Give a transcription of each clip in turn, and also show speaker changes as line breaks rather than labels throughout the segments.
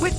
With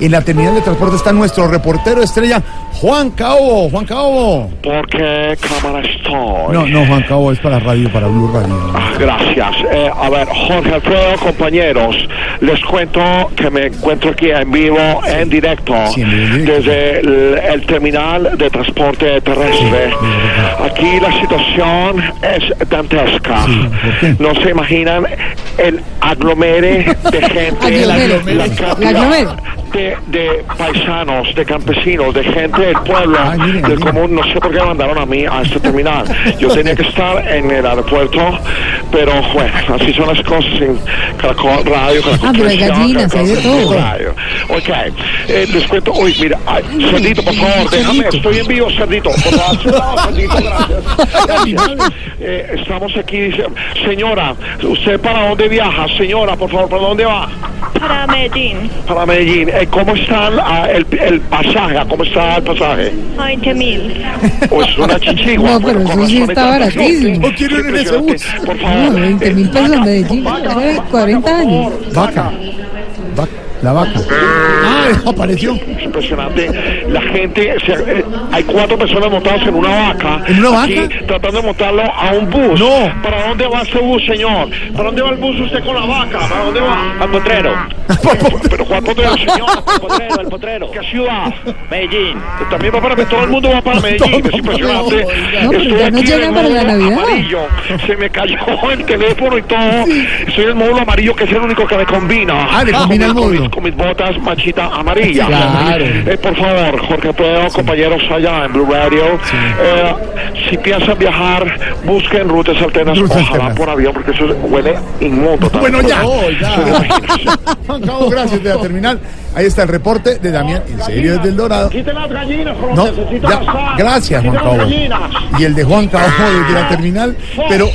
En la terminal de transporte está nuestro reportero estrella, Juan Cabo. Juan Cabo.
¿Por qué cámara estoy?
No, no, Juan Cabo es para radio, para Blue Radio.
Ah, Gracias. Eh, a ver, Jorge Alfredo, compañeros, les cuento que me encuentro aquí en vivo, en directo,
Sí, en vivo, en directo.
desde el, el terminal de transporte terrestre.
Sí, sí,
Aquí la situación es dantesca.
Sí, ¿por qué?
No se imaginan el aglomere de gente, la,
Aglomere.
la cantidad de, de paisanos, de campesinos, de gente del pueblo,
Ah,
Ay, mire,
del
mire.
común. No sé por qué mandaron a mí a este terminal. Yo tenía que estar en el aeropuerto, pero bueno, así son las cosas en Caracol Radio, Caracol
Ah, pero hay
Televisión,
gallinas, hay de
Caracol
todo.
Radio. Ok, eh, les cuento, uy, mira, ay, Cerdito, por favor, déjame,
Cerdito.
estoy en vivo, Cerdito. Por favor, no, Cerdito, gracias. Gracias. Eh, estamos aquí, dice, señora, ¿usted para dónde viaja? Señora, por favor, ¿para dónde va?
Para Medellín,
Para Medellín. Eh, ¿Cómo está la- el, el pasaje? ¿Cómo está el pasaje?
20 mil.
Pues es una chichigua.
No, pero
Bueno,
eso
con razón
sí está
hay tanta
baratísimo.
gente.
No quiero ir en ese bus.
Por
No,
favor.
20 mil pesos en
Vaca,
Medellín,
vaca,
eso era
vaca,
40
por
años.
favor,
Vaca. Vaca. La vaca. Ah, apareció.
Impresionante. La gente, se- eh, hay cuatro personas montadas en una vaca.
¿En una
aquí,
vaca?
Tratando de montarlo a un bus.
No.
¿Para dónde va este bus, señor? ¿Para dónde va el bus usted con la vaca? ¿Para dónde va? Al potrero. ¿Pero cuál potrero, señor? Al potrero, al potrero. ¿Qué ciudad? Medellín. También va para Medellín. Todo el mundo va para Medellín. Es impresionante.
No, pero
Estoy
ya no
aquí en
llegan
el
para la
módulo
Navidad.
amarillo. Se me cayó el teléfono y todo. Soy el módulo amarillo, que es el único que me combina.
Ah, le combina el
Con mis-
módulo.
Con mis botas machita amarilla.
Claro.
Eh, por favor, Jorge Pedro, compañeros allá en Blue Radio, eh, si piensan viajar, busquen rutas alternas,
Rutas
ojalá
alternas.
por avión, porque eso huele inmundo. también.
Bueno, ya.
Pero-
Juan Cabo, gracias de la terminal. Ahí está el reporte de Damián, en serio, desde El Dorado.
Quiten las gallinas, por
No,
necesito
ya.
pasar.
Gracias, Juan
Quiten las
Cabo.
gallinas.
Y el de Juan Cabo desde la terminal. Pero